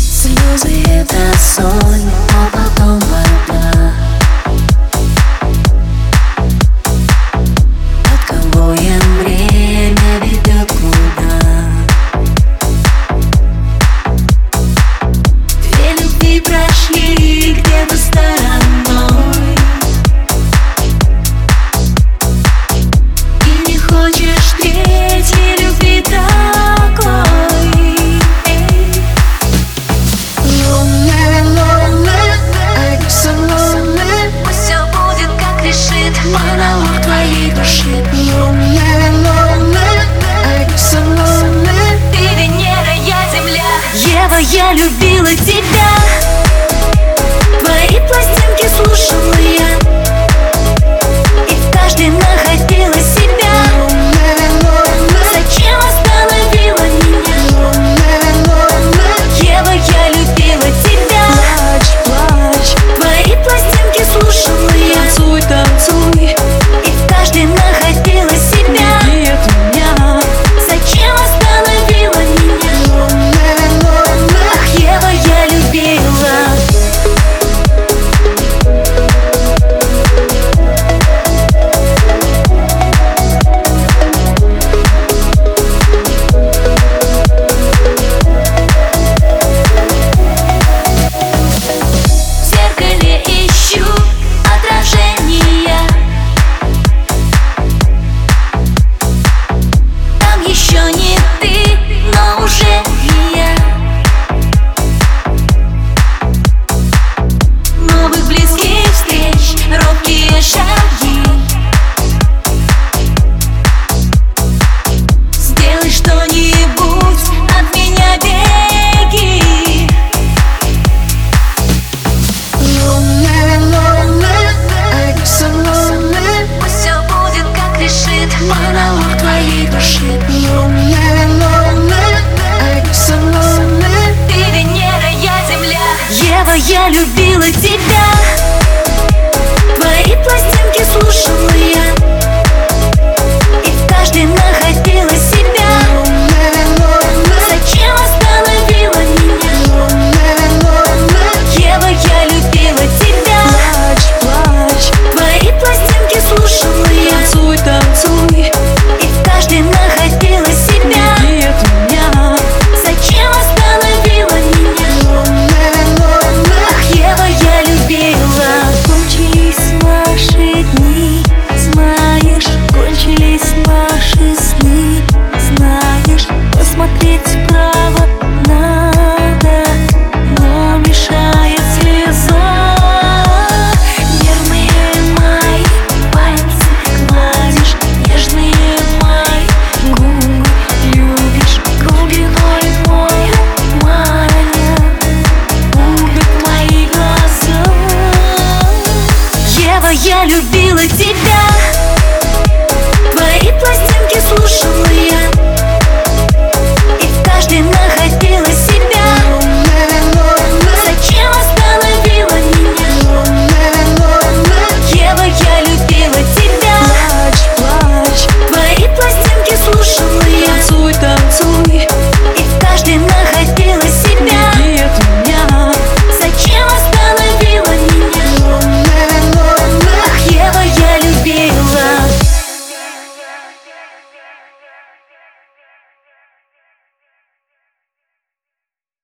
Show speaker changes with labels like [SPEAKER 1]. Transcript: [SPEAKER 1] слезы это соль, но потом вода Под конвоем время ведет куда Две любви прошли где-то стороной И не хочешь третьей любви такой Эй,
[SPEAKER 2] Lonely, lonely, I'm so lonely.
[SPEAKER 1] Пусть все будет, как решит монолог твоей души
[SPEAKER 2] Lonely, lonely, I'm so lonely.
[SPEAKER 1] Ты Венера, я Земля Ева, я любила тебя Твои пластинки слушала я И в каждой находила себя
[SPEAKER 2] Lonely, lonely,
[SPEAKER 1] Зачем остановила меня?
[SPEAKER 2] lonely, lonely.
[SPEAKER 1] Ева, я любила тебя Плачь, плачь Твои пластинки слушала я Танцуй, танцуй И в каждой находила себя Нет меня Зачем остановила меня?
[SPEAKER 2] Lonely, lonely,
[SPEAKER 1] Ах, Ева, я любила В зеркале ищу отражения Там еще не ты, но уже и я Новых близких встреч, робкие шаги Сделай что-нибудь, от меня беги
[SPEAKER 2] lonely, lonely, I'm so lonely.
[SPEAKER 1] Пусть все будет, как решит монолог твоей души
[SPEAKER 2] Lonely, lonely, I'm so lonely.
[SPEAKER 1] Ты Венера, а я Земля Ева, я любила тебя Твои пластинки слушала я И в каждой находила себя
[SPEAKER 2] Lonely, lonely,
[SPEAKER 1] Зачем остановила меня?
[SPEAKER 2] lonely, lonely.
[SPEAKER 1] Ева, я любила тебя Плачь, плачь Твои пластинки слушала я Танцуй, танцуй И в каждой находила себя Нет меня Зачем остановила меня?
[SPEAKER 2] Lonely, lonely.
[SPEAKER 1] Ах, Ева, я любила Кончились наши дни Знаешь, кончились наши сны Знаешь, посмотреть вправо надо Но мешает слеза Нервные мои пальцы гладишь Нежные мои губы любишь Глубиной мой маня Губят мои глаза Ева, я любила